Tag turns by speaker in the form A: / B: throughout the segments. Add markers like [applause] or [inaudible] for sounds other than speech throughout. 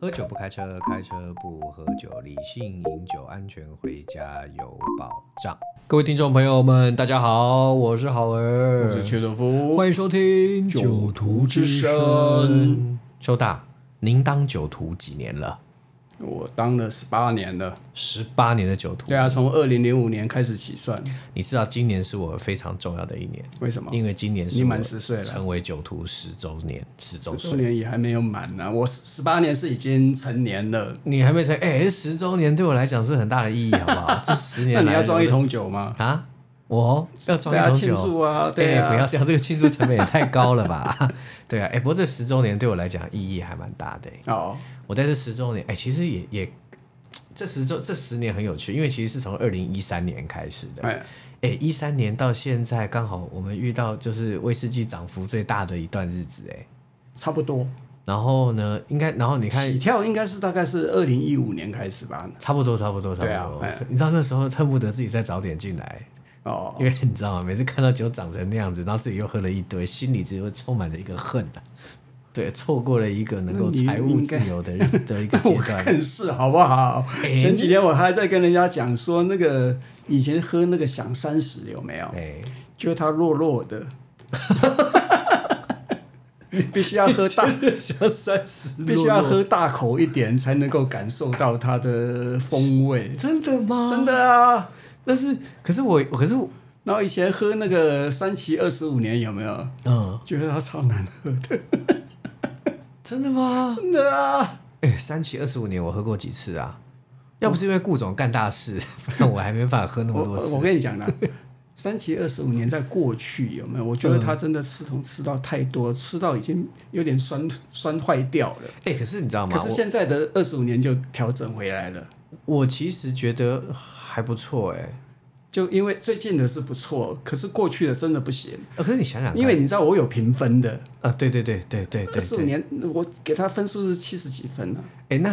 A: 喝酒不开车，开车不喝酒，理性饮酒，安全回家有保障。各位听众朋友们，大家好，我是好儿，
B: 我是邱德夫，
A: 欢迎收听《
B: 酒徒之声》。
A: 邱大，您当酒徒几年了？
B: 我当了十八年了，
A: 十八年的酒徒。
B: 对啊，从二零零五年开始起算，
A: 你知道今年是我非常重要的一年，
B: 为什么？
A: 因为今年是
B: 嗯你
A: 我
B: 满10岁了
A: 成为酒徒十周年，十周
B: 十周
A: 岁。
B: 年也还没有满呢、我十八年是已经成年了。
A: 你还没成，哎、十周年对我来讲是很大的意义，好不好？这十年
B: [laughs] 那
A: 来，
B: 你要装一桶酒吗？
A: 啊？我要装
B: 对
A: 一
B: 啊，
A: 桶
B: 庆
A: 酒。
B: 祝啊，
A: 哎、
B: 对啊，
A: 不要这样，这个庆祝成本也太高了
B: [laughs]
A: 吧？对啊，哎、不过这十周年对我来讲意义还蛮大的、哎
B: 哦，
A: 我在这十周年，哎、其实也也这十周这十年很有趣，因为其实是从二零一三年开始的。
B: 哎，
A: 哎、一三年到现在，刚好我们遇到就是威士忌涨幅最大的一段日子、哎，
B: 差不多。
A: 然后呢，应该，然后你看
B: 起，跳应该是大概是二零一五年开始吧？
A: 差不多，差不多，差
B: 对啊
A: 不多。
B: 哎
A: 你知道那时候恨不得自己再早点进来，
B: 哦，
A: 因为你知道吗？每次看到酒长成那样子，然后自己又喝了一堆，心里只会充满着一个恨啊。对，错过了一个能够
B: 那你
A: 财务自由的日的一
B: [laughs]
A: 个阶
B: 我
A: 段。
B: 更是好不好？
A: 哎
B: 前几天我还在跟人家讲说，那个以前喝那个响三十有没有？
A: 哎，
B: [laughs] 就它弱
A: [laughs]
B: 弱的，你必须要喝大，
A: [laughs] 小三十
B: 必须要喝大口一点，才能够感受到它的风味。
A: 真的吗？
B: 真的啊！
A: 但是，可是我，可是我，
B: 然后以前喝那个三七二十五年有没有？
A: 嗯，
B: 觉得它超难喝的，
A: 真的吗？
B: 真的啊！
A: 哎，三七二十五年我喝过几次啊？要不是因为顾总干大事， [laughs] 不然我还没办法喝那
B: 我
A: 么多
B: 我我
A: 次。
B: 跟你讲啦，三七二十五年在过去有没有？我觉得
A: 嗯
B: 它真的吃糖吃到太多，吃到已经有点酸酸坏掉了。
A: 哎、可是你知道吗
B: 可？是现在的二十五年就调整回来了。
A: 我我其实觉得还不错哎、
B: 就因为最近的是不错，可是过去的真的不行，
A: 呃可是你想想看，
B: 因为你知道我有评分的，
A: 啊，对对对对对对
B: 二十五
A: 对，
B: 年我给他分数是七十几分啊，
A: 哎、那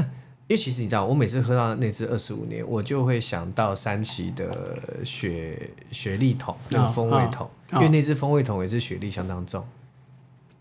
A: 因为其实你知道，我每次喝到那支二十五年，我就会想到三崎的雪雪莉桶那个
B: 哦
A: 风味桶，
B: 哦
A: 因为那支风味桶也是雪莉相当重。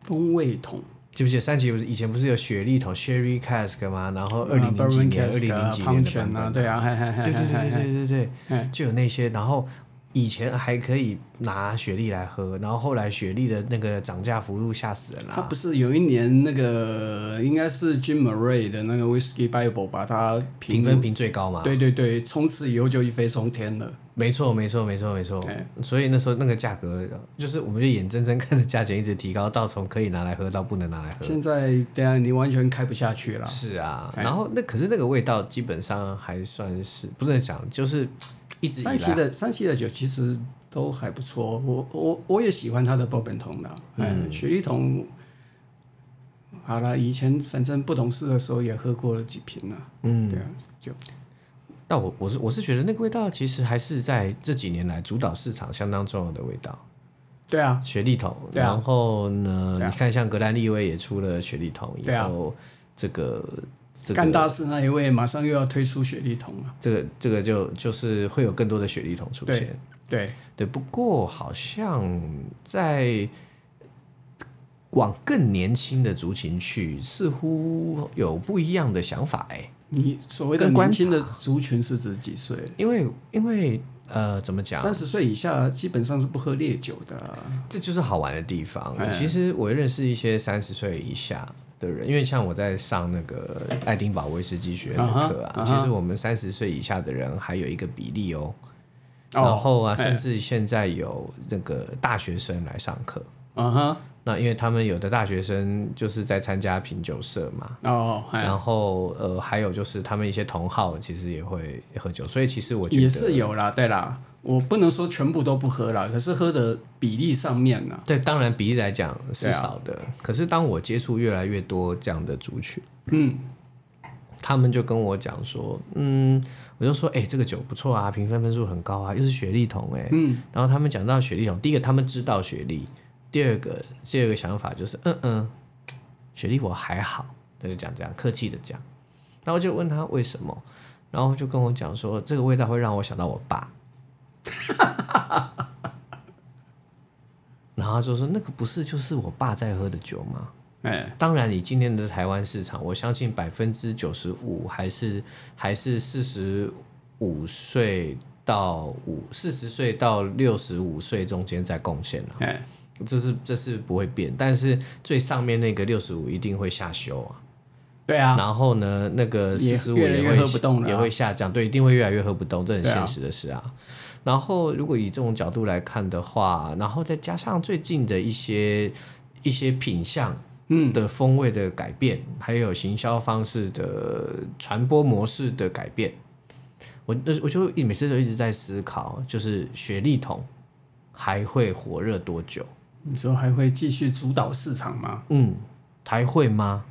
B: 风味桶，
A: 记不记得三崎不是以前不是有雪莉桶 Sherry Cask 吗？然后哦二零零几
B: 啊
A: 年、二
B: Bourbon cask
A: 零零几年的
B: 啊
A: 版
B: Puncheon 啊，
A: 本，
B: 对啊，嘿嘿嘿
A: 对对对
B: 嘿嘿嘿，
A: 对对对
B: 嗯，
A: 就有那些，然后。以前还可以拿雪莉来喝，然后后来雪莉的那个涨价幅度吓死人啦、
B: 啊他不是有一年那个应该是 Jim Murray 的那个 Whiskey Bible 把它
A: 评
B: 评
A: 分评最高嘛。
B: 对对对，从此以后就一飞冲天了，
A: 没错，没错，没错，没错。
B: 哎
A: 所以那时候那个价格，就是我们就眼睁睁看着价钱一直提高，到从可以拿来喝到不能拿来喝。
B: 现在等一下你完全开不下去了，
A: 是啊，
B: 哎
A: 然后那可是那个味道基本上还算是不能讲，就是一直以
B: 山西
A: 来，
B: 的山西的酒其实都还不错，我我我也喜欢它的波本桶的，嗯，雪莉桶。好了，以前反正不懂事的时候也喝过了几瓶了，嗯，对啊，就
A: 但我我是我是觉得那个味道其实还是在这几年来主导市场相当重要的味道，
B: 对啊，
A: 雪莉桶。
B: 对啊
A: 然后呢，
B: 对啊
A: 你看像格兰利威也出了雪莉桶，
B: 对
A: 以
B: 啊
A: 后这个这个
B: 干大事那一位马上又要推出雪莉桶了，
A: 这个这个就就是会有更多的雪莉桶出现。
B: 对，
A: 对，不过好像在往更年轻的族群去，似乎有不一样的想法哎，
B: 你所谓的
A: 跟观
B: 年轻的族群是指几岁？
A: 因为因为呃，怎么讲？
B: 三十岁以下基本上是不喝烈酒的啊，
A: 这就是好玩的地方。
B: 哎
A: 其实我认识一些三十岁以下的人，因为像我在上那个爱丁堡威士忌学院的课啊
B: 啊哈啊
A: 其
B: 哈
A: 实我们三十岁以下的人还有一个比例哦。
B: 哦
A: 然后啊，
B: 哎
A: 甚至现在有那个大学生来上课，
B: 啊哈，
A: 那因为他们有的大学生就是在参加品酒社嘛，
B: 哦，哎
A: 然后呃，还有就是他们一些同好其实也会喝酒，所以其实我觉得
B: 也是有啦，对啦，我不能说全部都不喝啦，可是喝的比例上面啊呢、
A: 对，当然比例来讲是
B: 对啊
A: 少的，可是当我接触越来越多这样的族群，嗯，他们就跟我讲说，嗯，我就说，哎、这个酒不错啊，评分分数很高啊，又是雪莉桶哎、嗯，然后他们讲到雪莉桶，第一个他们知道雪莉，第二个第二个想法就是，嗯嗯，雪莉我还好，他就讲这样客气的讲，然后就问他为什么，然后就跟我讲说，这个味道会让我想到我爸。然后他就说：“那个不是就是我爸在喝的酒吗？”
B: 啊，哎，
A: 当然，以今天的台湾市场，我相信百分之九十五还是还是四十五岁到五四十岁到六十五岁中间在贡献了，
B: 哎，
A: 这是这是不会变。但是最上面那个六十五一定会下修啊，
B: 对啊，
A: 然后呢，那个四
B: 也
A: 十五
B: 越来
A: 也
B: 越
A: 会
B: 喝不动了啊
A: 也会下降，对，一定会越来越喝不动，这很
B: 对啊
A: 现实的事啊。然后，如果以这种角度来看的话，然后再加上最近的一些一些品相
B: 嗯
A: 的风味的改变，还有行销方式的传播模式的改变，我我就每次都一直在思考，就是雪莉桶还会火热多久？
B: 你说还会继续主导市场吗？
A: 嗯，还会吗？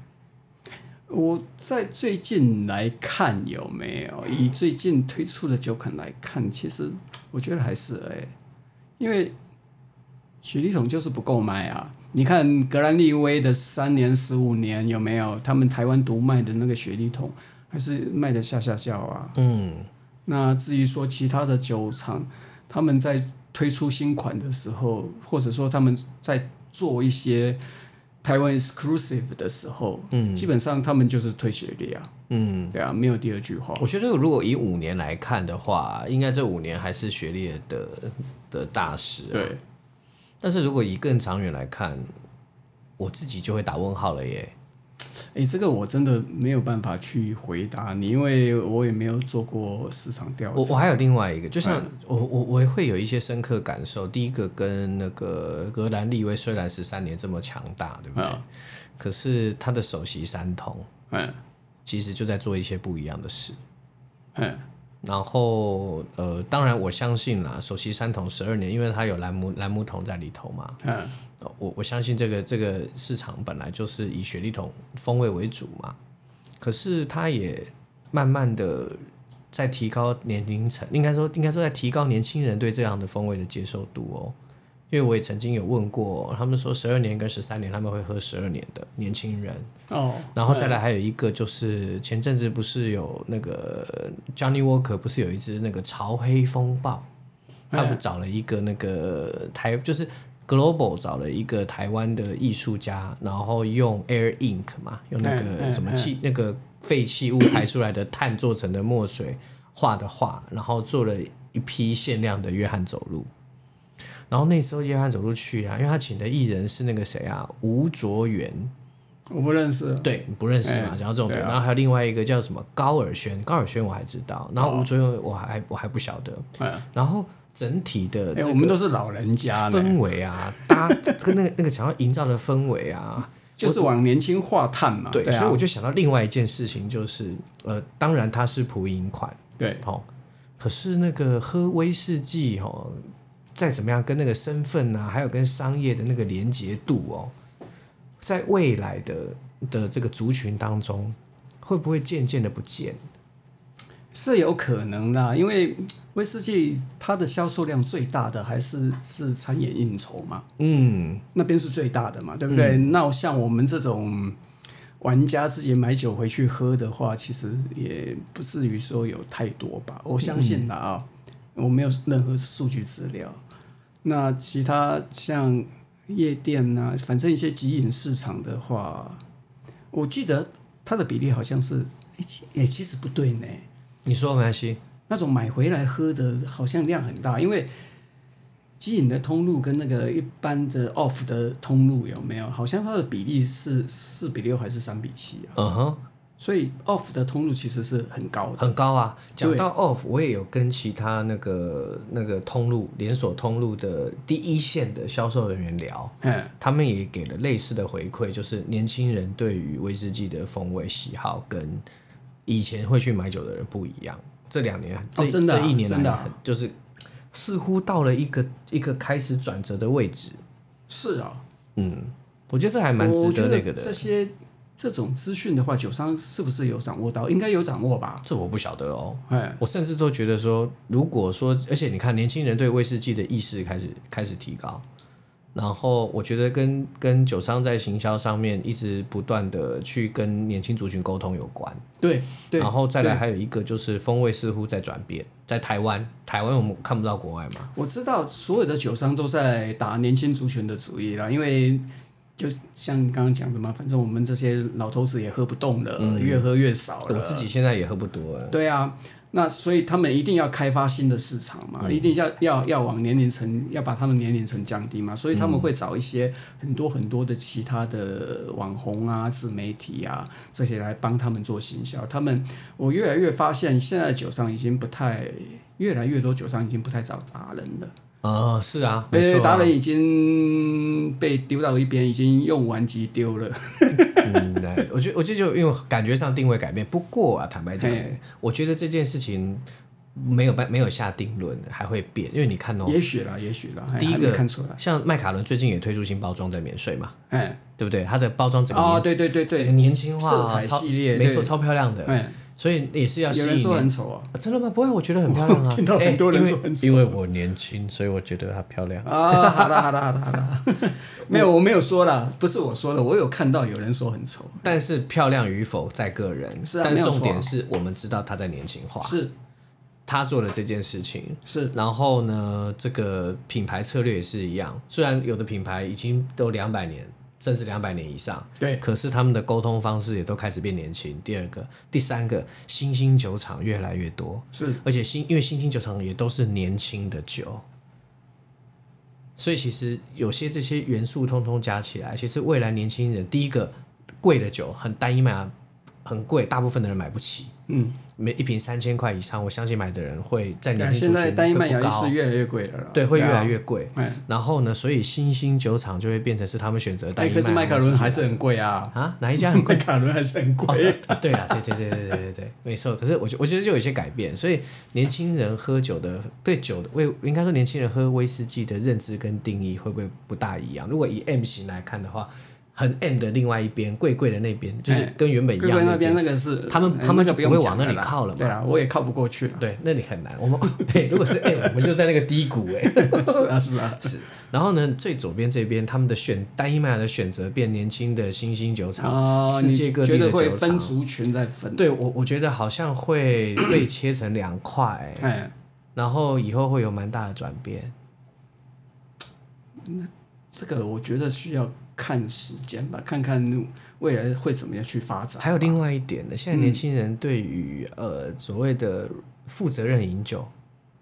B: 我在最近来看有没有，以最近推出的酒款来看，其实我觉得还是哎、因为雪莉桶就是不够卖啊。你看格兰利威的三年、十五年有没有？他们台湾独卖的那个雪莉桶，还是卖的下下叫啊。
A: 嗯，
B: 那至于说其他的酒厂，他们在推出新款的时候，或者说他们在做一些台湾 exclusive 的时候，嗯，基本上他们就是推雪莉啊，嗯，对啊，没有第二句话。
A: 我觉得如果以五年来看的话，应该这五年还是学历的的大事。
B: 对，
A: 但是如果以更长远来看，我自己就会打问号了耶。
B: 哎、这个我真的没有办法去回答你，因为我也没有做过市场调
A: 我
B: 查。
A: 我还有另外一个，就像我我我也会有一些深刻感受。第一个跟那个格兰利威虽然十三年这么强大，对不对？
B: 嗯
A: 可是他的首席三通
B: 嗯
A: 其实就在做一些不一样的事。
B: 嗯
A: 然后呃，当然我相信啦，首席三桶十二年，因为他有兰姆兰姆桶在里头嘛，
B: 嗯，
A: 呃我我相信这个这个市场本来就是以雪莉桶风味为主嘛，可是它也慢慢的在提高年龄层，应该说应该说在提高年轻人对这样的风味的接受度哦。因为我也曾经有问过，他们说十二年跟十三年他们会喝十二年的年轻人，
B: 哦，
A: 然后再来还有一个就是前阵子不是有那个 Johnny Walker 不是有一只那个潮黑风暴，他们找了一个那个台就是 Global 找了一个台湾的艺术家，然后用 Air Ink 嘛，用那个
B: 嗯
A: 什么气那个废弃物排出来的碳做成的墨水画的画，然后做了一批限量的约翰走路。然后那时候约翰走路去啊，因为他请的艺人是那个谁啊，吴卓源，
B: 我不认识。
A: 对，你不认识嘛？
B: 哎
A: 讲到重点，
B: 对啊
A: 然后还有另外一个叫什么高尔宣，高尔宣我还知道，然后吴卓源我还我还不晓得。
B: 哦嗯，
A: 然后整体的
B: 哎、
A: 呃这
B: 我
A: 个
B: 们都是老人家呢，
A: 氛围啊， [laughs] 搭跟那个那个想要营造的氛围啊，
B: 就是往年轻化碳嘛。
A: 对，
B: 对
A: 所以
B: 啊
A: 我，就想到另外一件事情，就是呃，当然它是普饮款，
B: 对，
A: 哦，可是那个喝威士忌哦，再怎么样跟那个身份啊，还有跟商业的那个连结度哦，在未来的的这个族群当中，会不会渐渐的不见？
B: 是有可能啦，因为威士忌它的销售量最大的还是是餐饮应酬嘛，
A: 嗯，
B: 那边是最大的嘛，对不对？那像我们这种玩家自己买酒回去喝的话，其实也不至于说有太多吧，我相信啦啊、我没有任何数据资料。那其他像夜店啊，反正一些极饮市场的话，我记得它的比例好像是，哎、其哎其实不对呢。
A: 你说没关系，
B: 那种买回来喝的，好像量很大，因为基饮的通路跟那个一般的 off 的通路有没有？好像它的比例是四比六还是三比七啊？
A: 嗯哼。
B: 所以 off 的通路其实是很高的。
A: 很高啊。讲
B: 对
A: 到 off，我也有跟其他那个那个通路连锁通路的第一线的销售人员聊，
B: 嗯，
A: 他们也给了类似的回馈，就是年轻人对于威士忌的风味喜好跟以前会去买酒的人不一样。这两年，这、
B: 真的啊
A: 这一年来
B: 真的啊
A: 很就是似乎到了一个一个开始转折的位置。
B: 是啊，
A: 嗯，我觉得这还蛮值
B: 我觉
A: 得那个的。
B: 这些这种资讯的话，酒商是不是有掌握到？应该有掌握吧？
A: 这我不晓得哦。
B: 哎，
A: 我甚至都觉得说，如果说，而且你看，年轻人对威士忌的意识开始开始提高，然后我觉得跟跟酒商在行销上面一直不断的去跟年轻族群沟通有关，
B: 对对，
A: 然后再来还有一个就是风味似乎在转变，在台湾，台湾我们看不到国外嘛，
B: 我知道所有的酒商都在打年轻族群的主意啦，因为就像你刚刚讲的嘛，反正我们这些老头子也喝不动了，越喝越少
A: 我
B: 了。
A: 自己现在也喝不多了，
B: 对啊，那所以他们一定要开发新的市场嘛，一定要要要往年龄层，要把他们年龄层降低嘛，所以他们会找一些很多很多的其他的网红啊、自媒体啊这些来帮他们做行销。他们我越来越发现，现在的酒商已经不太，越来越多酒商已经不太找达人了。
A: 哦，是啊，
B: 因
A: 没
B: 为
A: 错
B: 达
A: 啊，
B: 人已经被丢到一边，已经用完即丢了。
A: 嗯，对我觉得我觉得就因为感觉上定位改变，不过啊，坦白讲
B: 嘿，
A: 我觉得这件事情没有办没有下定论，还会变，因为你看哦，
B: 也许啦，也许啦，哎
A: 第一
B: 还没
A: 个
B: 看出来，
A: 像麦卡伦最近也推出新包装在免税嘛，
B: 哎，
A: 对不对？它的包装整个
B: 哦，
A: 年
B: 对对对
A: 整
B: 对
A: 个，年轻化
B: 色
A: 啊
B: 彩
A: 超
B: 系列
A: 没错，
B: 对
A: 超漂亮的，
B: 哎，
A: 所以也是要吸
B: 有
A: 引
B: 人说
A: 年
B: 很丑啊，
A: 啊真的吗？不会，我觉得很漂亮啊。
B: 听到很多人
A: 哎
B: 说很丑
A: 因为因为我年轻，所以我觉得它漂亮。
B: 啊，好啦好啦好啦好啦，
A: [laughs]
B: 没有，我没有说啦，不是我说的，我有看到有人说很丑，
A: 但是漂亮与否在个人，
B: 是啊没
A: 但
B: 有错啊
A: 重点是我们知道他在年轻化，
B: 是
A: 他做了这件事情。
B: 是，
A: 然后呢，这个品牌策略也是一样，虽然有的品牌已经都两百年，甚至两百年以上，
B: 对，
A: 可是他们的沟通方式也都开始变年轻。第二个、第三个，新兴酒厂越来越多，
B: 是
A: 而且新因为新兴酒厂也都是年轻的酒，所以其实有些这些元素通通加起来，其实未来年轻人第一个贵的酒很单一买，很贵，大部分的人买不起。
B: 嗯，
A: 每一瓶三千块以上，我相信买的人会在
B: 对
A: 年
B: 啊，
A: 轻
B: 现
A: 族
B: 在
A: 群
B: 单一麦
A: 会
B: 芽
A: 不
B: 也是
A: 高，
B: 越来越贵了啦，
A: 对，会越来
B: 啊，
A: 越贵。
B: 哎，
A: 然后呢，所以新兴酒厂就会变成是他们选择单
B: 哎，
A: 一
B: 可是麦
A: 麦
B: 卡伦还是很贵啊，
A: 啊，哪一家很贵？
B: 麦卡伦还是很
A: 哦
B: [laughs] 贵，
A: 对啊对啦，对对对对对对对，没错。可是我觉我觉得就有一些改变，所以年轻人喝酒的对酒的为应该说年轻人喝威士忌的认知跟定义会不会不大一样？如果以 M 型来看的话，很 M 的另外一边，贵贵的那边就是
B: 哎
A: 跟原本一
B: 贵
A: 样
B: 贵那
A: 那
B: 边
A: 边。
B: 那个是
A: 他们
B: 哎
A: 他们
B: 那个
A: 就
B: 不
A: 不
B: 用
A: 会
B: 讲
A: 往那里
B: 啦
A: 靠了嘛
B: 对啊，我也靠不过
A: [laughs]
B: 去了，
A: 对，那里很难。我们、嘿如果是 M，我们就在那个低谷哎、 [laughs]
B: 是啊是啊，
A: 是，然后呢，最左边这边他们的选单一麦芽的选择变年轻的新兴酒厂，
B: 哦，
A: 世
B: 你
A: 界各
B: 觉
A: 地的
B: 得
A: 酒
B: 会
A: 厂
B: 分族群在分，
A: 对我，我觉得好像会被切成两块，
B: 哎，
A: 然后以后会有蛮大的转变。
B: 这个我觉得需要看时间吧，看看未来会怎么样去发展。
A: 还有另外一点呢，现
B: 嗯
A: 在年轻人对于、呃所谓的负责任饮酒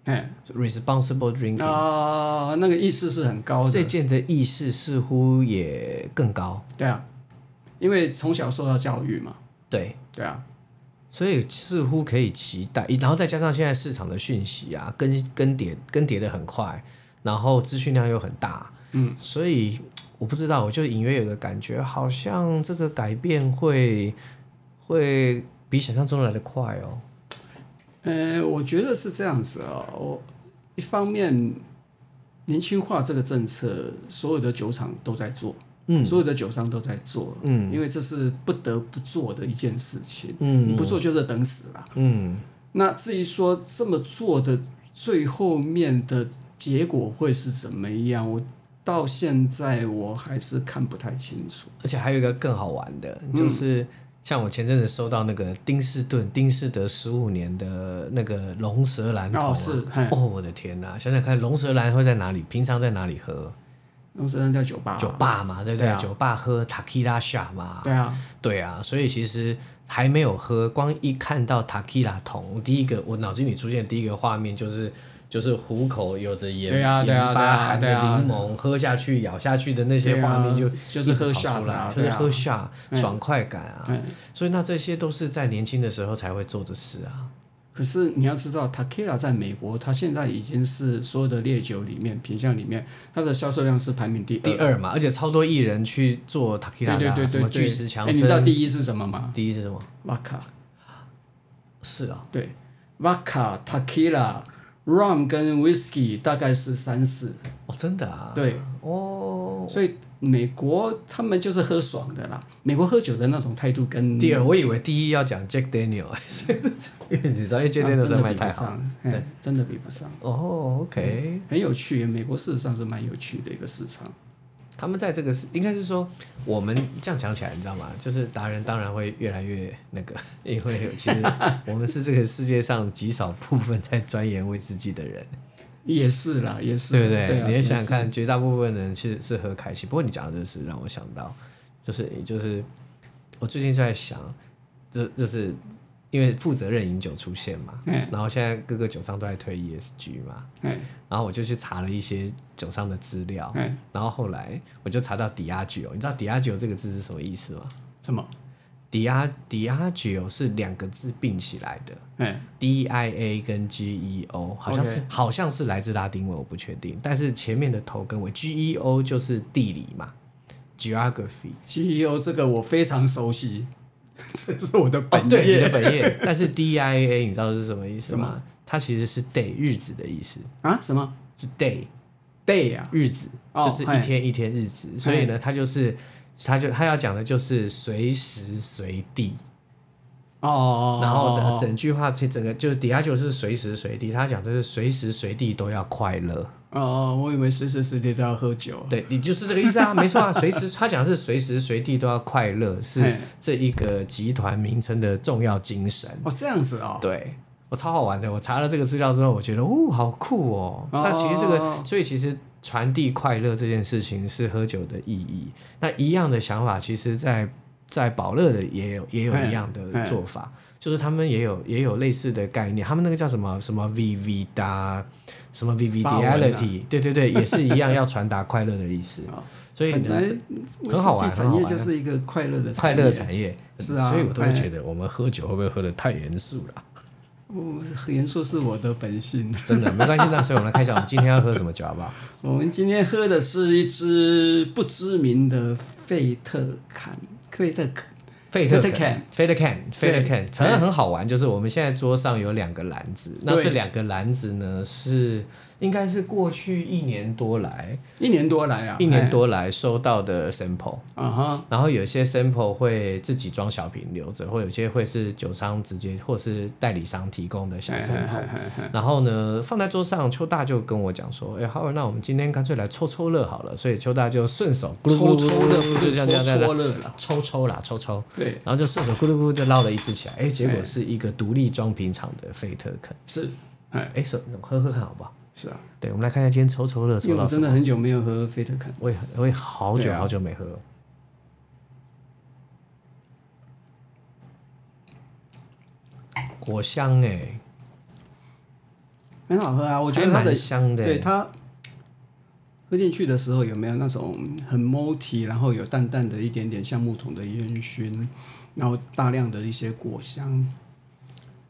B: 哎，
A: （responsible drinking）、
B: 啊、那个意识是很高
A: 这
B: 的，
A: 件的意识似乎也更高。
B: 对啊，因为从小受到教育嘛，
A: 对，
B: 对啊，
A: 所以似乎可以期待，然后再加上现在市场的讯息啊，更更迭更迭的很快，然后资讯量又很大，嗯，所以我不知道，我就隐约有个感觉，好像这个改变会会比想象中来的快哦。
B: 呃，我觉得是这样子啊、我一方面年轻化这个政策，所有的酒厂都在做，嗯，所有的酒商都在做，嗯，因为这是不得不做的一件事情，嗯，你不做就是等死了，
A: 嗯，
B: 那至于说这么做的最后面的结果会是怎么样，我到现在我还是看不太清楚。
A: 而且还有一个更好玩的，
B: 嗯
A: 就是像我前阵子收到那个丁士顿丁士德十五年的那个龙舌兰桶、啊，
B: 哦是嘿
A: 哦，我的天哪、想想看，龙舌兰会在哪里？平常在哪里喝？
B: 龙舌兰在酒吧，
A: 酒，吧嘛，对不对？
B: 对啊
A: 酒吧喝 tequila shot 嘛，
B: 对啊，
A: 对啊，所以其实还没有喝，光一看到 tequila 桶，第一个我脑筋里出现的第一个画面就是就是虎口有着盐，
B: 对啊对啊
A: 盐
B: 对
A: 巴
B: 啊
A: 含着
B: 对啊
A: 柠檬，喝下去咬下去的那些画面就、
B: 对啊就是喝
A: 下
B: shot 的啊
A: 就是喝
B: 对啊
A: 下、爽快感啊。
B: 嗯，
A: 所以那这些都是在年轻的时候才会做的事啊。
B: 可是你要知道 t a k i l a 在美国，它现在已经是所有的烈酒里面品相里面，它的销售量是排名第二。
A: 第二嘛，而且超多艺人去做 tequila，
B: 对对
A: 的啊
B: 对
A: 什
B: 对
A: 么
B: 对，
A: 巨石强
B: 哎
A: 森，
B: 你知道第一是什么吗？
A: 第一是什么？
B: 瓦卡，
A: 是啊，
B: 对，瓦卡、t a k i l a rum 跟 whisky 大概是三四，
A: 哦，真的啊，
B: 对，
A: 哦。
B: 所以美国他们就是喝爽的啦。美国喝酒的那种态度跟
A: 第二，我以为第一要讲 Jack Daniel，因为你知道，因为 Jack
B: 啊
A: Daniel
B: 真
A: 在
B: 的
A: 卖
B: 比
A: 太
B: 不
A: 好。
B: 上，哎真的比不上，
A: 哦，OK，
B: 很有趣。美国事实上是蛮有趣的一个市场，
A: 他们在这个是应该是说，我们这样讲起来，你知道吗？就是达人当然会越来越那个， [laughs] 因为其实我们是这个世界上极少部分在钻研威士忌的人。
B: 也是啦，也是，
A: 对不
B: 对
A: 对？
B: 啊？
A: 你也想想
B: 也是，
A: 看，绝大部分人是是喝开心。不过你讲的这是让我想到，就是就是我最近在想，就就是因为负责任饮酒出现嘛，
B: 嗯
A: 然后现在各个酒商都在推 ESG 嘛，
B: 哎
A: 然后我就去查了一些酒商的资料，
B: 哎，
A: 然后后来我就查到 Diageo，你知道 Diageo 这个字是什么意思吗
B: 怎么？
A: ？Dia Diageo 是两个字并起来的
B: 哎
A: ，D I A 跟 G E O 好像是
B: OK
A: 好像是来自拉丁文，我不确定，但是前面的头跟尾 G E O 就是地理嘛，Geography。
B: ，CEO 这个我非常熟悉，这是我的
A: 哦，
B: 本
A: 对，你
B: 业
A: 的本业， [laughs] 但是 D I A 你知道是什么意思吗？它其实是 day 日子的意思，
B: 啊，什么
A: 是 day
B: day 啊？
A: 日子，
B: 哦
A: 就是一天一天日子。所以呢，它就是，它就它要讲的就是随时随地，
B: 哦哦，哦
A: 然后呢，
B: 哦
A: 整句话整个就是底下就是随时随地，他讲就是随时随地都要快乐。
B: 哦哦，我以为随时随地都要喝酒，
A: 对你就是这个意思啊，没错啊，随时他讲的是随时随地都要快乐，是
B: 嘿
A: 这一个集团名称的重要精神。
B: 哦，这样子哦，
A: 对我超好玩的，我查了这个资料之后，我觉得哦，好酷哦。
B: 哦
A: 那其实这个，所以其实传递快乐这件事情是喝酒的意义。那一样的想法，其实在在宝乐的也有也有
B: 嗯
A: 一样的做法，就是他们也有也有类似的概念，他们那个叫什么什么 VV 哒，什么
B: 啊
A: VVDality，、对对对，也是一样要传达快乐的意思。
B: [laughs] 哦
A: 所以
B: 本来
A: 呢，
B: 威士
A: 好玩
B: 忌
A: 很
B: 产
A: 好
B: 业
A: 玩啊
B: 就是一个快乐的
A: 快
B: 产
A: 乐
B: 业，
A: 产业
B: 是啊
A: 所以我都会
B: 哎
A: 觉得我们喝酒会不会喝得太严肃了？
B: 我严肃是我的本性。 [laughs]
A: 真的没关系，那所以我们来看一下我们今天要喝什么酒好不好？
B: 我们今天喝的是一支不知名的费特坎，费特坎，
A: 费特
B: Can
A: 费特 can，费特 can，
B: 对
A: 反正很好玩。就是我们现在桌上有两个篮子，那
B: 对
A: 这两个篮子呢是应该是过去一年多来，
B: 一年多来啊，
A: 一年多来收到的 sample，
B: 哎啊哈，
A: 然后有些 sample 会自己装小瓶留着，或有些会是酒商直接或是代理商提供的小
B: 哎
A: sample。
B: 哎哎哎
A: 然后呢，放在桌上，邱大就跟我讲说：“哎、浩文，那我们今天干脆来抽抽乐好了。”所以邱大就顺手咕噜咕噜咕
B: 抽抽
A: 噜咕噜
B: 乐不
A: 就是这
B: 抽
A: 样这样这样
B: 搓乐了，
A: 啊抽抽啦，抽抽，
B: 对，
A: 然后就顺手咕噜咕噜就捞了一只起来，哎，结果
B: 哎
A: 是一个独立装瓶厂的费特肯，
B: 是，哎，
A: 哎，手喝喝看好不好？
B: 是啊，
A: 对，我们来看一下今天抽抽乐
B: 因
A: 抽
B: 为我
A: 到什
B: 真
A: 么，
B: 的很久没有喝费特坎，
A: 我也我也好久
B: 对啊
A: 好久没喝了，果香哎，
B: 很好喝啊，我觉得它
A: 还
B: 的
A: 蛮，香的
B: 对
A: 欸，
B: 它。喝进去的时候有没有那种很 malty，然后有淡淡的一点点橡木桶的烟熏，然后大量的一些果香，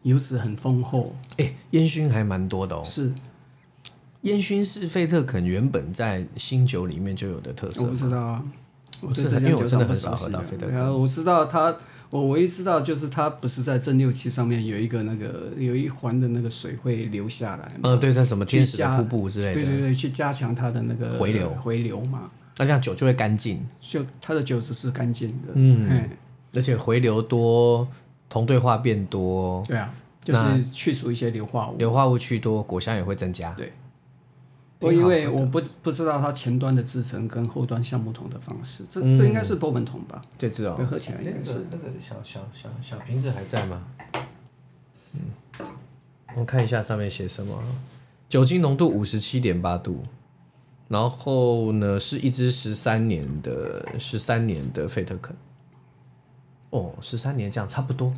B: 油脂很丰厚，
A: 哎，烟熏还蛮多的哦，
B: 是
A: 烟熏是费特肯原本在新酒里面就有的特色
B: 我不
A: 吗，
B: 知道啊，我
A: 不
B: 对
A: 是
B: 这
A: 因
B: 家
A: 为我
B: 酒
A: 真的
B: 厂不
A: 很少
B: 熟
A: 喝
B: 悉
A: 到
B: 啊
A: 费特。
B: 然后我知道它，我唯一知道就是它不是在蒸馏器上面有一个那个有一环的那个水会流下来嘛？
A: 嗯，对，它什么天
B: 居
A: 使的
B: 家
A: 瀑布之类
B: 对
A: 的，
B: 对对，去加强它的那个
A: 回流
B: 回流嘛，
A: 那这样酒就会干净，
B: 就它的酒只是干净的。
A: 嗯
B: 哎，
A: 而且回流多，同对话变多，
B: 对啊，就是去除一些硫化物。
A: 硫化物去多，果香也会增加。
B: 对，
A: 挺
B: 我
A: 好
B: 因为我不不知道它前端的制成跟后端橡木桶的方式，这这应该嗯是波啊本桶吧？
A: 这支哦
B: 对，，喝起来应该是。
A: 那个小小小小瓶子还在吗？嗯，我们看一下上面写什么，啊酒精浓度五十七点八度，然后呢是一支十三年的十三年的费特肯，哦，十三年这样差不多，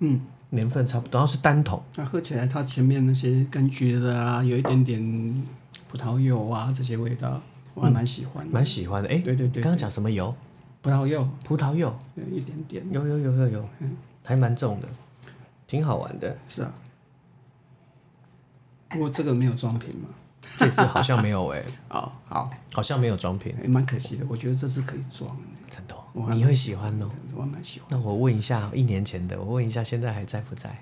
B: 嗯，
A: 年份差不多，然后是单桶。
B: 那喝起来，它前面那些柑橘的啊，有一点点葡萄柚啊这些味道，我还蛮喜欢的。
A: 蛮喜欢的。哎、
B: 对对对
A: 刚刚讲什么油？
B: 葡萄柚，
A: 葡萄柚，
B: 有一点点，
A: 有有有有有，嗯还蛮重的，挺好玩的。
B: 是啊。不过这个没有装瓶嘛，
A: 这次好像没有 [laughs] 哎、
B: 哦，好，
A: 好像没有装瓶，
B: 也蛮可惜的。我觉得这是可以装的，
A: 真的哦、
B: 我还
A: 你会喜欢哦。
B: 我还蛮喜欢，
A: 那我问一下，一年前的，我问一下，现在还在不在？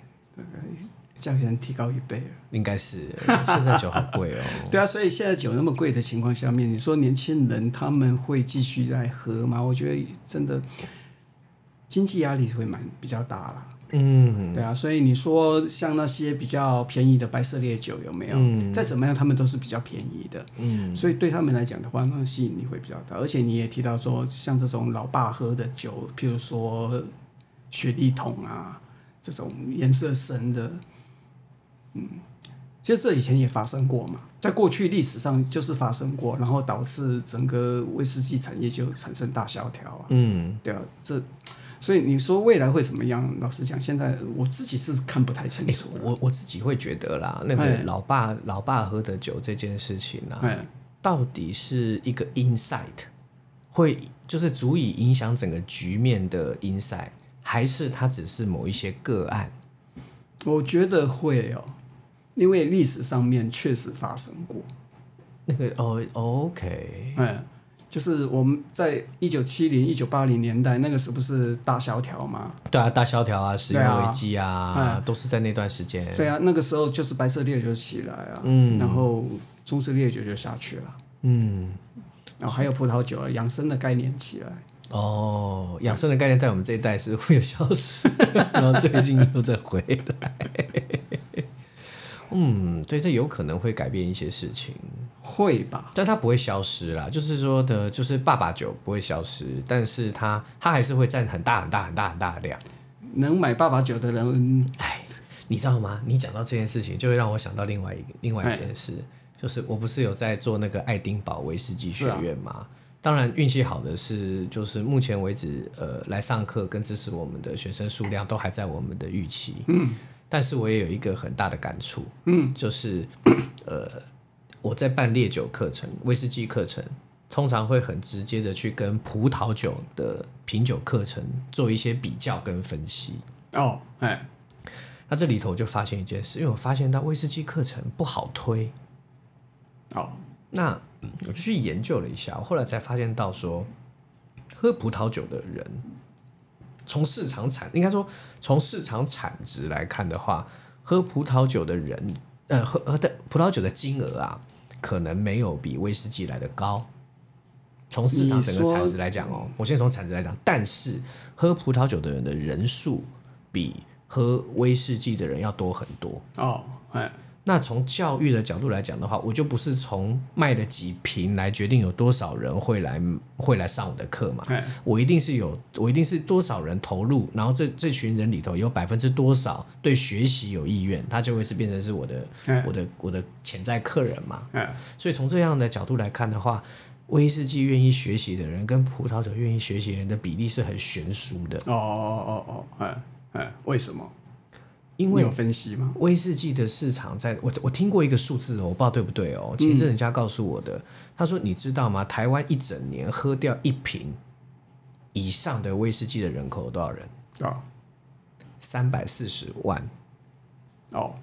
B: 价钱提高一倍了。
A: 应该是，现在酒好贵哦。
B: 对啊，所以现在酒那么贵的情况下面，你说年轻人他们会继续来喝吗？我觉得真的经济压力会蛮比较大啦。
A: 嗯，
B: 对啊，所以你说像那些比较便宜的白色烈酒有没有？再怎么样，他们都是比较便宜的。嗯，所以对他们来讲的话，那吸引力会比较大。而且你也提到说，像这种老爸喝的酒，譬如说雪莉桶啊，这种颜色深的，嗯，其实这以前也发生过嘛，在过去历史上就是发生过，然后导致整个威士忌产业就产生大萧条啊，
A: 嗯，
B: 对啊，这所以你说未来会怎么样？老实讲，现在我自己是看不太清楚了。
A: 我我自己会觉得啦，那个
B: 哎
A: 老爸老爸喝的酒这件事情啊，
B: 哎，
A: 到底是一个 insight，会就是足以影响整个局面的 insight，还是它只是某一些个案？
B: 我觉得会哦，因为历史上面确实发生过。
A: 那个哦，OK，
B: 嗯，就是我们在一九七零、一九八零年代那个时候不是大萧条嘛？
A: 对啊，大萧条啊，石油危机啊，
B: 对啊
A: 都是在那段时间。
B: 对啊，那个时候就是白色烈酒起来啊，
A: 嗯
B: 然后中式烈酒就下去了，
A: 嗯，
B: 然后还有葡萄酒啊，养生的概念起来。
A: 哦，养生的概念在我们这一代是会有消失， [laughs] 然后最近又再回来。嗯，对，这有可能会改变一些事情。
B: 会吧？
A: 但它不会消失啦，就是说的，就是爸爸酒不会消失，但是它它还是会占很大很大很大很大的量。
B: 能买爸爸酒的人，
A: 哎，你知道吗？你讲到这件事情，就会让我想到另外一个另外一件事，就是我不是有在做那个爱丁堡威士忌学院吗？当然，运气好的是，就是目前为止，呃，来上课跟支持我们的学生数量都还在我们的预期。嗯，但是我也有一个很大的感触，嗯，就是，呃，我在办烈酒课程、威士忌课程，通常会很直接的去跟葡萄酒的品酒课程做一些比较跟分析。
B: 哦，哎，
A: 那这里头我就发现一件事，因为我发现到威士忌课程不好推，
B: 哦，
A: 那我就去研究了一下，我后来才发现到说，喝葡萄酒的人，从市场产应该说从市场产值来看的话，喝葡萄酒的人，呃，喝喝的葡萄酒的金额啊，可能没有比威士忌来的高。从市场整个
B: 你说
A: 产值来讲哦，我先从产值来讲，但是喝葡萄酒的人的人数比喝威士忌的人要多很多。
B: 哦，哎，
A: 那从教育的角度来讲的话，我就不是从卖了几瓶来决定有多少人会来会来上我的课嘛。
B: 哎，
A: 我一定是有，我一定是多少人投入，然后这这群人里头有百分之多少对学习有意愿，他就会是变成是我的
B: 哎，
A: 我的我的潜在客人嘛。
B: 哎，
A: 所以从这样的角度来看的话，威士忌愿意学习的人跟葡萄酒愿意学习的人的比例是很悬殊的，
B: 哦哦哦哦，哎，哎，为什么？
A: 因
B: 你
A: 为
B: 有分析吗？
A: 威士忌的市场在，我我听过一个数字哦，我不知道对不对哦。前阵人家告诉我的，他说你知道吗？台湾一整年喝掉一瓶以上的威士忌的人口有多少人？
B: 哦，
A: 三百四十万
B: 哦，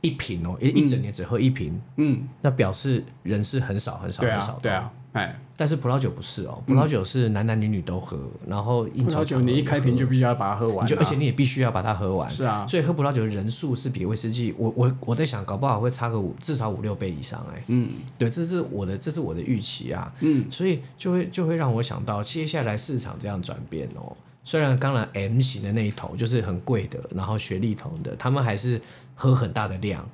A: 一瓶哦，一一整年只喝一瓶，
B: 嗯，
A: 那表示人是很少很少
B: 对
A: 很
B: 啊
A: 少，
B: 对
A: 的。
B: 啊，哎，
A: 但是葡萄酒不是哦，葡萄酒是男男女女都喝，然后应
B: 葡
A: 酬
B: 萄
A: 场
B: 酒
A: 合
B: 你一
A: 也
B: 开
A: 喝
B: 瓶就必须要把它喝完
A: 你就
B: 啊，
A: 而且你也必须要把它喝完。
B: 是啊，
A: 所以喝葡萄酒的人数是比威士忌，我我我在想，搞不好会差个五至少五六倍以上哎、
B: 嗯，
A: 对，这是我的这是我的预期啊。嗯，所以就会就会让我想到接下来市场这样转变哦。虽然当然 M 型的那一头就是很贵的，然后学历头的，他们还是喝很大的量，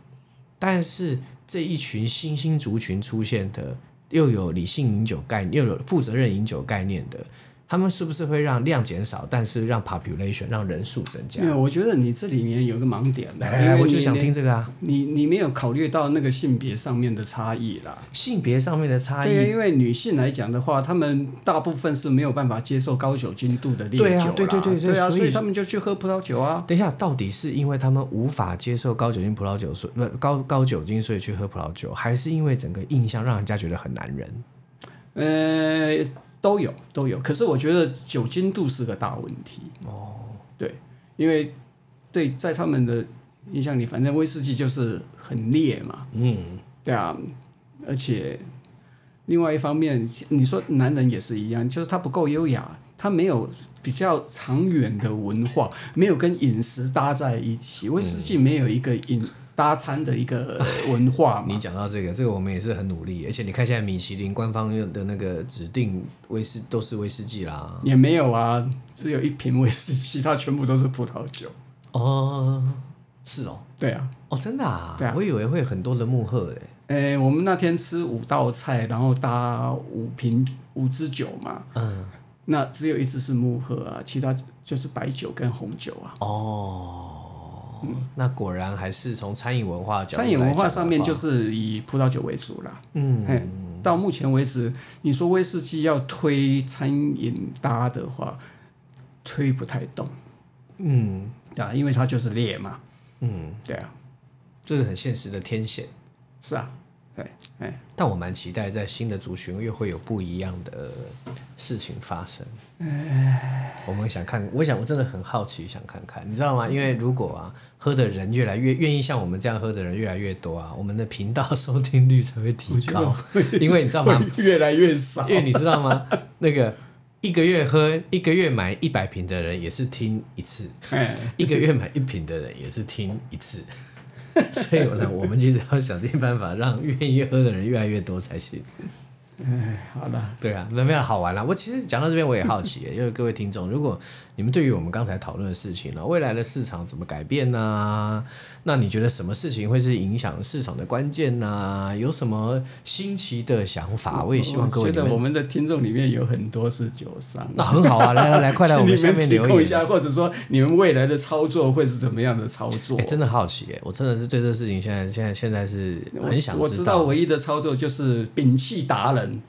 A: 但是这一群新兴族群出现的，又有理性饮酒概念，又有负责任饮酒概念的。他们是不是会让量减少，但是让 population 让人数增加
B: 没？有，我觉得你这里面有个盲点的，
A: 来
B: 因
A: 来，
B: 为
A: 哎我就
B: 你
A: 想
B: 你
A: 听这个啊，
B: 你你没有考虑到那个性别上面的差异啦。
A: 性别上面的差
B: 对啊，
A: 异。
B: 因为女性来讲的话，她们大部分是没有办法接受高酒精度的烈酒
A: 对啊
B: 啦
A: 对对对对
B: 对啊，
A: 所以
B: 所以她们就去喝葡萄酒啊。
A: 等一下，到底是因为他们无法接受高酒精葡萄酒，所不高高酒精，所以去喝葡萄酒，还是因为整个印象让人家觉得很男人？
B: 呃，都有都有，可是我觉得酒精度是个大问题。哦，对，因为对在他们的印象里，反正威士忌就是很烈嘛。嗯，对啊，而且另外一方面，你说男人也是一样，就是他不够优雅，他没有比较长远的文化，没有跟饮食搭在一起。威士忌没有一个饮搭餐的一个文化嘛。
A: 你讲到这个，这个我们也是很努力，而且你看现在米其林官方用的那个指定威士都是威士忌啦。
B: 也没有啊，只有一瓶威士忌，它全部都是葡萄酒。
A: 哦，是哦，
B: 对啊，
A: 哦，真的啊，
B: 对啊
A: 我以为会很多的欸慕赫诶。
B: 诶、我们那天吃五道菜，然后搭五瓶五支酒嘛，
A: 嗯，
B: 那只有一支是木喝啊，其他就是白酒跟红酒啊。
A: 哦，那果然还是从餐饮文化的角度
B: 餐饮文化
A: 来讲的
B: 上面就是以葡萄酒为主啦。
A: 嗯
B: 嘿，到目前为止，你说威士忌要推餐饮搭的话，推不太动，
A: 嗯，
B: 对啊，因为它就是烈嘛。嗯，对啊，
A: 这是很现实的天险。
B: 是啊，对，哎，
A: 但我蛮期待在新的族群又会有不一样的事情发生。我们想看，我想我真的很好奇，想看看，你知道吗？因为如果啊，喝的人越来越愿意像我们这样喝的人越来越多啊，我们的频道 [laughs] 收听率才会提高。因为你知道吗？
B: 会越来
A: [laughs]
B: 越少
A: 因。为你知道吗？那个一个月喝一个月买一百瓶的人也是听一次，
B: 哎，
A: 一个月买一瓶的人也是听一次， [laughs] 所以呢，我们其实要想尽办法让愿意喝的人越来越多才行。
B: 哎，好了，
A: 对啊，那非常好玩啦。我其实讲到这边，我也好奇
B: [laughs]
A: 耶，因为各位听众，如果你们对于我们刚才讨论的事情呢、未来的市场怎么改变呢、那你觉得什么事情会是影响市场的关键呢、有什么新奇的想法？我也希望各位
B: 觉
A: 你
B: 得我
A: 们。
B: 们的听众里面有很多是酒商。
A: 那很好啊，来来来，快
B: [laughs]
A: 来我们
B: 请
A: 下
B: 你们
A: 面
B: 提
A: 留
B: 供
A: 言
B: 一。下，或者说你们未来的操作会是怎么样的操作？
A: 哎、真的好奇哎、我真的是对这事情现在现在现在是很想
B: 我我
A: 知
B: 知道唯一的操作就是摒弃达人，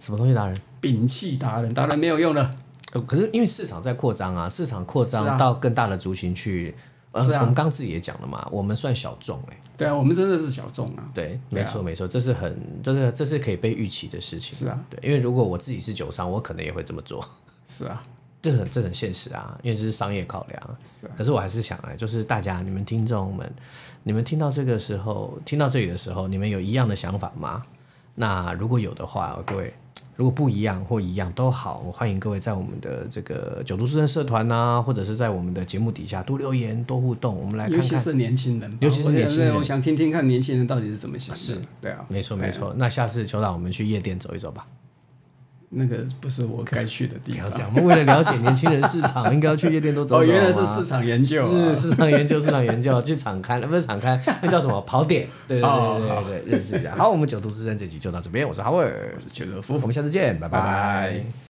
A: 什么东西达人。
B: 摒弃达人，达人没有用了。
A: 呃，可是因为市场在扩张啊，市场扩
B: 是
A: 张
B: 啊
A: 到更大的族群去。呃，
B: 是啊
A: 我们刚刚自己也讲了嘛，我们算小众哎、
B: 对啊，我们真的是小众啊。
A: 对，
B: 对
A: 没
B: 啊
A: 错没错，这是很，这是这是可以被预期的事情。
B: 是啊，
A: 对，因为如果我自己是酒商，我可能也会这么做， [laughs]
B: 是啊，
A: 这很这很现实啊，因为这是商业考量。
B: 是啊
A: 可是我还是想哎、就是大家你们听众们，你们听到这个时候，听到这里的时候，你们有一样的想法吗？那如果有的话，各位。如果不一样或一样都好，我欢迎各位在我们的这个九度书生社团呐、或者是在我们的节目底下多留言、多互动，我们来看
B: 尤
A: 看
B: 其是年轻人吧，
A: 尤其是
B: 我
A: 年轻人
B: 我想听听看年轻人到底是怎么想的。是，对啊，
A: 没错没错，那下次酋长我们去夜店走一走吧。
B: 那个不是我该去的地
A: 不要这
B: 方。
A: 样，我们为了了解年轻人市场，应该要去夜店多走走。
B: 哦，原来
A: 好
B: 是
A: 吗
B: 市场研究、
A: 是
B: 啊，
A: 市场研究，市场研究，去场刊不是场刊，那叫什么跑点？对对对对对对，认识一下。好，我们九度之声这集就到这边，我是哈维尔，
B: 我是邱德夫，
A: 我们下次见，拜
B: 拜拜